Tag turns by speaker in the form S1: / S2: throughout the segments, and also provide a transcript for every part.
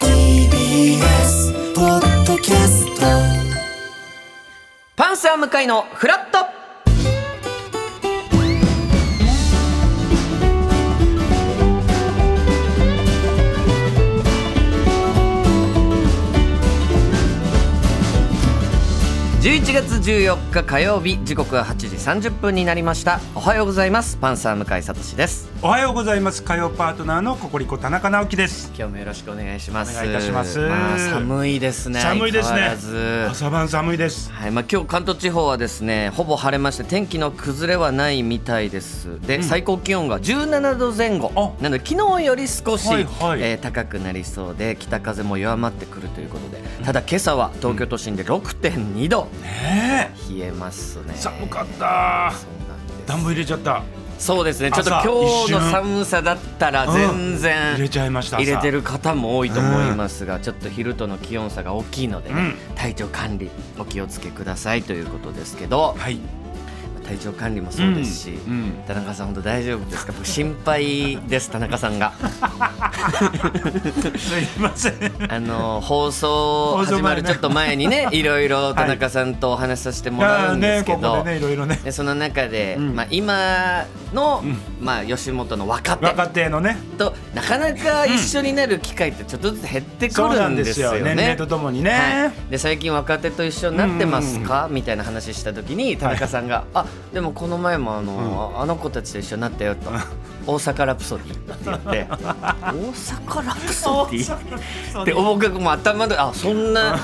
S1: TBS ポッドキャスト
S2: パンサー向かいのフラット11月14日火曜日時刻は8時30分になりましたおはようございますパンサー向井聡です
S3: おはようございます火曜パートナーのココリコ田中直樹です
S2: 今日もよろしくお願いします
S3: お願いいたします
S2: まあ、寒いですね
S3: 寒いです
S2: 相変わ
S3: ね
S2: らず
S3: 朝晩寒いです
S2: はいまあ、今日関東地方はですねほぼ晴れまして天気の崩れはないみたいですで、最高気温が17度前後
S3: あ
S2: なので昨日より少し、
S3: はいはい
S2: えー高くなりそうで北風も弱まってくるということでただ今朝は東京都心で6.2度、
S3: え
S2: 冷えますね
S3: 寒かった
S2: そうなんです
S3: 暖房入れちゃった
S2: そうですねちょっと
S3: 朝
S2: 今日の
S3: 一瞬
S2: 寒さだったら全
S3: う
S2: 然、
S3: ん入れちゃいました朝
S2: 入れてる方も多いと思いますが、ちょっと昼との気温差が大きいのでね、体調管理お気をつけくださいということですけど、
S3: はい
S2: 体調管理もそうですし、
S3: うんうん
S2: 田中さん本当大丈夫ですか僕心配で す田中さんが
S3: すいません
S2: あの放送
S3: 放送前ね
S2: 始まるちょっと前に ねいろいろ田中さんとお話しさせてもらうんですけ
S3: いやーねこ
S2: ど、
S3: こでねいろいろね
S2: でその中で、
S3: ん
S2: まあ、今の、まあ、吉本の若手
S3: 若手のね
S2: となかなか一緒になる機会ってちょっとずつ減ってく
S3: そうな
S2: る
S3: ん
S2: んで
S3: です
S2: す
S3: よ
S2: よね。
S3: 年齢とともにね、
S2: はい、で最近若手と一緒になってますか、みたいな話した時に田中さんが「あでもこの前もあの,、あの子たちと一緒になったよ」と「大阪ラプソディ」って言って「大阪ラプソディ」 で僕がもう頭であそんな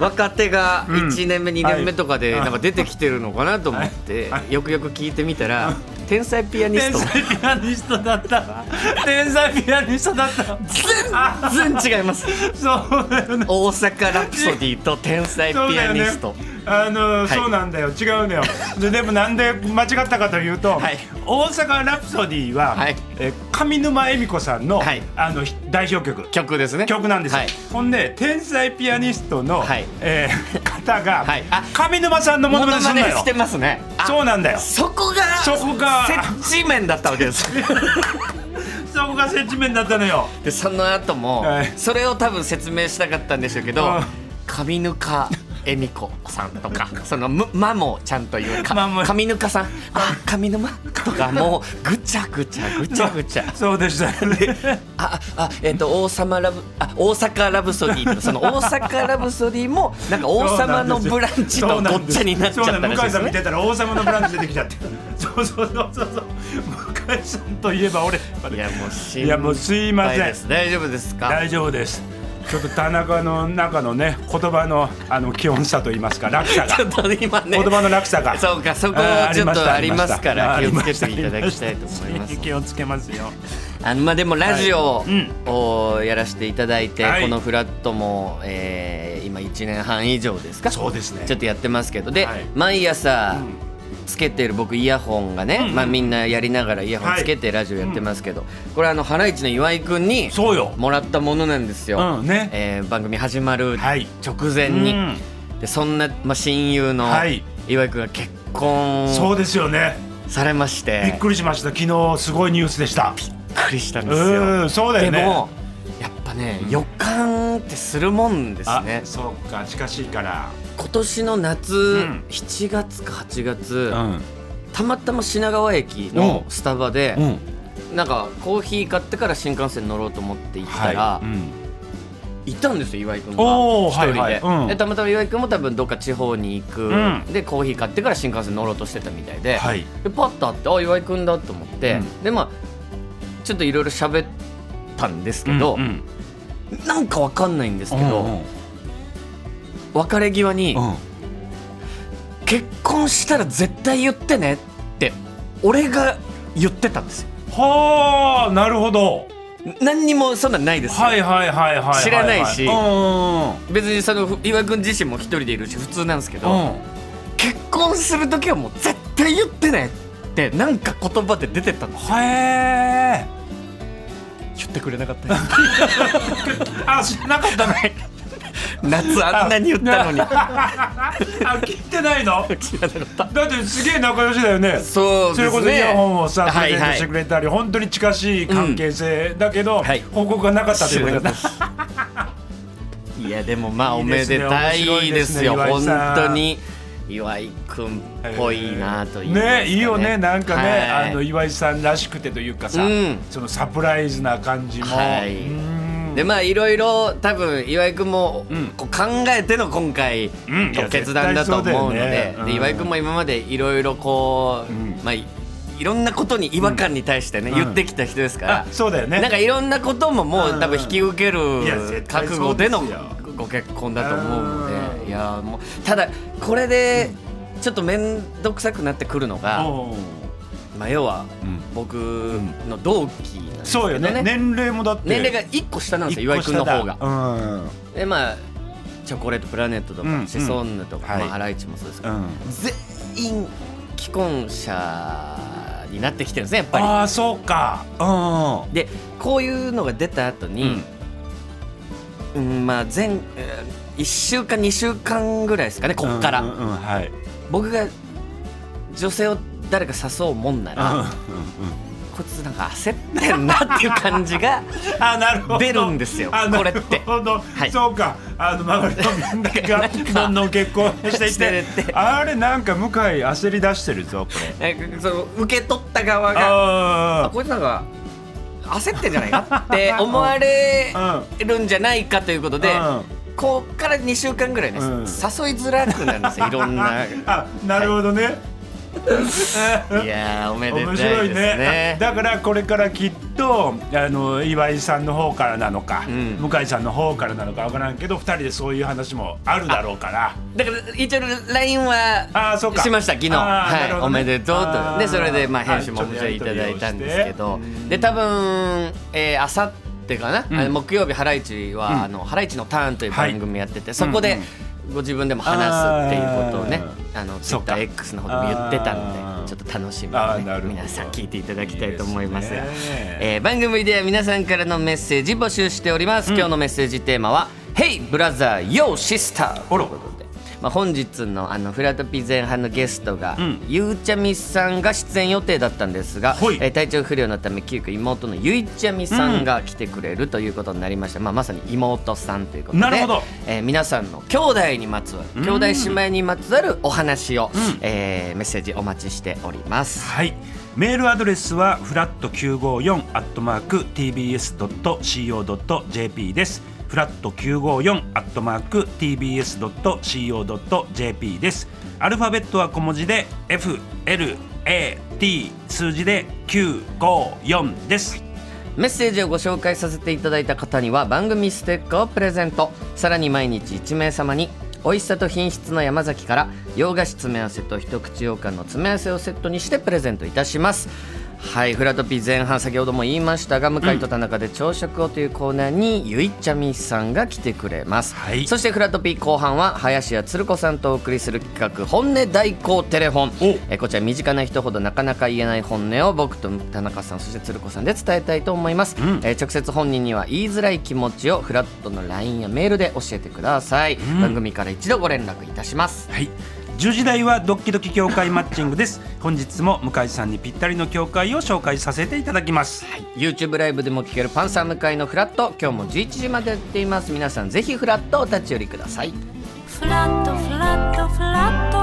S2: 若手が1年目2年目とかでなんか出てきてるのかなと思ってよくよく聞いてみたら「天才ピアニス
S3: 天
S2: ト」
S3: 才ピアニストだ った天才ピアニストだった
S2: 全然違います
S3: そうだよね
S2: 大阪ラプソディと天才ピ
S3: そうだ
S2: ア
S3: よ
S2: ニ
S3: ね
S2: スト、
S3: あの、
S2: い
S3: そうなんだよ違うのよででもなんで間違ったかというと、
S2: はい
S3: 大阪ラプソディは、
S2: はい
S3: えー上沼恵美子さんの、
S2: はい
S3: あのひ代表曲
S2: 曲ですね
S3: 曲なんですよ、
S2: はい
S3: ほんで天才ピアニストの、
S2: はい
S3: えー方が、
S2: はいあ
S3: 上沼さんのものまねするの
S2: モノマネ
S3: よ
S2: してますねあ
S3: そうなんだよ
S2: そこが
S3: そこが
S2: 接地面だったわけです
S3: そこが接地面だったのよ
S2: でその後も、
S3: はい
S2: それを多分説明したかったんでしょうけど
S3: うん
S2: 上沼恵美子さんとかその「ま」もちゃんと言うか
S3: まも
S2: 上沼さん「あ上沼」とかもうぐちゃぐちゃぐちゃぐちゃ
S3: そうで したよね
S2: ああえっ、と王様ラブあ大阪ラブソディとかその大阪ラブソディもなんか王様のブランチとごっちゃになっちゃった
S3: そうなんです
S2: ら
S3: そうなん
S2: しい
S3: です向井
S2: で
S3: さ
S2: す
S3: ん見て
S2: ね。
S3: たら王様のブランチ出てきちゃってそうそうそうそうそう向井さんといえば俺
S2: いやもう心
S3: いやもうすいません
S2: 配です大丈夫ですか。
S3: 大丈夫ですちょっと田中の中のね言葉のあの気温差と言いますか落差が
S2: ちょっと今ね
S3: 言葉の落差が
S2: そうかそこ
S3: あー
S2: ちょっとありま
S3: した
S2: すか
S3: あ
S2: ら気
S3: り
S2: を
S3: ま
S2: つけ
S3: した
S2: ていただきたいと思います。
S3: 気をつけますよ
S2: あのまあでもラジオを
S3: は,、い
S2: やらせていただいて、
S3: はい
S2: このフラットも、えー今1年半以上ですか
S3: そうですね
S2: ちょっとやってますけどで、
S3: はい
S2: 毎朝、つけてる僕イヤホンがね、まあ、みんなやりながらイヤホンつけてラジオやってますけど、これあのハライチの岩井くんに
S3: そうよ
S2: もらったものなんですよ、
S3: うんね
S2: えー番組始まる
S3: はい
S2: 直前に、
S3: うん
S2: でそんな、まあ、親友の
S3: はい
S2: 岩井くんが結婚
S3: そうですよね
S2: されまして
S3: びっくりしました昨日すごいニュースでした
S2: びっくりしたん
S3: う
S2: ですよ。
S3: ーんそうだよね
S2: でもやっぱね、予感ってするもんです
S3: あ
S2: ね
S3: そうか近しいから
S2: 今年の夏、
S3: ん
S2: 7月か8月、
S3: うん
S2: たまたま品川駅の
S3: うん
S2: スタバで、
S3: うん
S2: なんかコーヒー買ってから新幹線乗ろうと思って行ったら、
S3: はい
S2: いたんですよ岩井君が
S3: おー
S2: 一人で,、
S3: はいはいうん
S2: でたまたま岩井君も多分どっか地方に行く、
S3: うん
S2: でコーヒー買ってから新幹線乗ろうとしてたみたいで,、
S3: はい
S2: でパッと会ってあ岩井君だと思って、でまあちょっといろいろ喋ったんですけど、
S3: うんうん
S2: なんかわかんないんですけど、
S3: うん
S2: 別れ際に、
S3: うん
S2: 結婚したら絶対言ってねって俺が言ってたんですよ
S3: はあなるほど
S2: 何にもそんなんないですよ、
S3: はいはいはいはいは
S2: 知らないし
S3: うんうんうん
S2: 別にその岩井君自身も一人でいるし普通なんですけど、
S3: うん
S2: 結婚する時はもう絶対言ってねってなんか言葉で出てたの
S3: へえ
S2: 言ってくれなかった
S3: あ知らなかったの
S2: 夏あんなに言ったのに
S3: あ切ってないの
S2: 知らなかった
S3: だってすげえ仲良しだよね
S2: そう
S3: そ
S2: で
S3: れこ
S2: す
S3: そイヤ
S2: ね
S3: ホンをさプ
S2: は
S3: レ
S2: い
S3: ゼント
S2: は
S3: して
S2: い
S3: くれたり、本当に近しい関係性だけど、
S2: はい
S3: 報告がなかったということだ ね
S2: いやでもまあ
S3: い
S2: お
S3: いで
S2: め
S3: すね
S2: でたいですよ
S3: 面白いです
S2: 本
S3: ね岩井さん
S2: 当に岩井くんっぽいなという
S3: ねいいよねなんかね、
S2: はい
S3: あの岩井さんらしくてというかさ、
S2: うん
S3: そのサプライズな感じも、
S2: はい
S3: うん
S2: でまあいろいろ多分岩井君も
S3: うん
S2: こう考えての今回
S3: うん
S2: の決断だと思うの
S3: いや絶対そうだ
S2: で,、
S3: よねうん
S2: で岩井君も今までいろいろこう、
S3: ん
S2: まあいいろんなことに違和感に対してね、
S3: うん
S2: 言ってきた人ですから、
S3: あそうだよね
S2: なんかいろんなことももう多分引き受ける
S3: いや絶対
S2: 覚
S3: そう
S2: 悟
S3: で
S2: です
S3: よ
S2: のご結婚だと思うの
S3: う
S2: で
S3: ん
S2: いやもうただこれでちょっと面倒くさくなってくるのが、
S3: おう
S2: まあ、要は
S3: うん
S2: 僕の同期なんですけ
S3: そ
S2: ど
S3: うよね年齢もだって
S2: 年齢が1個下なんですよ岩井君の方が
S3: 一個。下だ
S2: でまあチョコレートプラネットとか、
S3: うん
S2: シソンヌとか、
S3: はい
S2: まあ、ハライチもそうですけ
S3: う
S2: ど、
S3: ん、うん、
S2: 全員既婚者になってきてるんですねやっぱ
S3: ああそうか
S2: り。でこういうのが出た後に、うんまあ前、え1週間2週間ぐらいですかね
S3: う
S2: こ
S3: ん
S2: っから、
S3: うんうんうんはい
S2: 僕が女性を誰か誘うもんなら、
S3: うんうんうん
S2: こいつなんか焦ってんなっていう感じが
S3: あなるほど
S2: 出るんですよ
S3: あなる
S2: これって
S3: ほど、
S2: い
S3: そうかあの周りのみんながどんどん結婚していっ
S2: して
S3: て
S2: るって
S3: あれなんか向井焦り出してるぞこれ
S2: えその受け取った側があ
S3: あ
S2: こいつなんか焦ってんじゃないか って思われるんじゃないかということで、
S3: うん
S2: こっから2週間ぐらいね、
S3: うん
S2: 誘いづらくなるんですよいろ んない
S3: あなるほどね、
S2: やーおめでた
S3: 面
S2: いです
S3: 白い
S2: ね
S3: ねだからこれからきっとあの岩井さんの方からなのか、
S2: ん
S3: 向井さんの方からなのか分からんけど二人でそういう話もあるだろうから
S2: だから一応 LINE
S3: あー
S2: は
S3: そうか
S2: しました昨日、
S3: あーな
S2: は
S3: るほ
S2: い
S3: どね
S2: おめでとう
S3: あー
S2: とでそれでまあ
S3: はい
S2: 編集も
S3: ちょっ
S2: も
S3: と
S2: ち
S3: や
S2: ろん
S3: り
S2: い
S3: とり
S2: た
S3: を
S2: だいたんですけど
S3: して
S2: で多分えーあさってかな、あの木曜日「ハライチは」あのハライチのターン」という番組やってて、そこでご自分でも話すっていうことをねあの
S3: そうか
S2: TwitterX の方でも言ってた
S3: あ
S2: の
S3: ー
S2: でちょっと楽しみに、
S3: あーなるほ、
S2: ね
S3: ど
S2: 皆さん聞いていただきたいと思いますが
S3: いいですね
S2: えー番組では皆さんからのメッセージ募集しております、今日のメッセージテーマは「Hey brother yo sister」
S3: あら
S2: ということでまあ、本日のあのフラトピ前半のゲストが、
S3: ん
S2: ゆうちゃみさんが出演予定だったんですが、
S3: ほい
S2: えー体調不良のため急遽妹のゆいちゃみさんが来てくれるということになりました、まあ、まさに妹さんということで
S3: なるほど
S2: えー皆さんの兄弟にまつわる兄弟姉妹にまつわるお話を、えーメッセージお待ちしております。
S3: はい。メールアドレスはフラット九五四アットマーク tbs ドット co ドット jp です。フラット九五四アットマーク tbs ドット co ドット jp です。アルファベットは小文字で f l a t 数字で九五四です。
S2: メッセージをご紹介させていただいた方には番組ステッカーをプレゼントさらに毎日1名様に美味しさと品質の山崎から洋菓子詰め合わせと一口羊羹の詰め合わせをセットにしてプレゼントいたしますはいフラトピー前半先ほども言いましたが向井と田中で朝食をというコーナーにゆいちゃみさんが来てくれます、
S3: はい
S2: そしてフラトピー後半は林家つる子さんとお送りする企画「本音代行テレフォン」えーこちら身近な人ほどなかなか言えない本音を僕と田中さんそしてつる子さんで伝えたいと思います、えー直接本人には言いづらい気持ちをフラットの LINE やメールで教えてください、番組から一度ご連絡いたします
S3: はい。10時台はドッキドキ協会マッチングです。本日も向井さんにぴったりの協会を紹介させていただきます。
S2: YouTube ライブでも聴けるパンサー向井のフラット今日も11時までやっています皆さんぜひフラットお立ち寄りください
S1: フラットフラットフラットフラット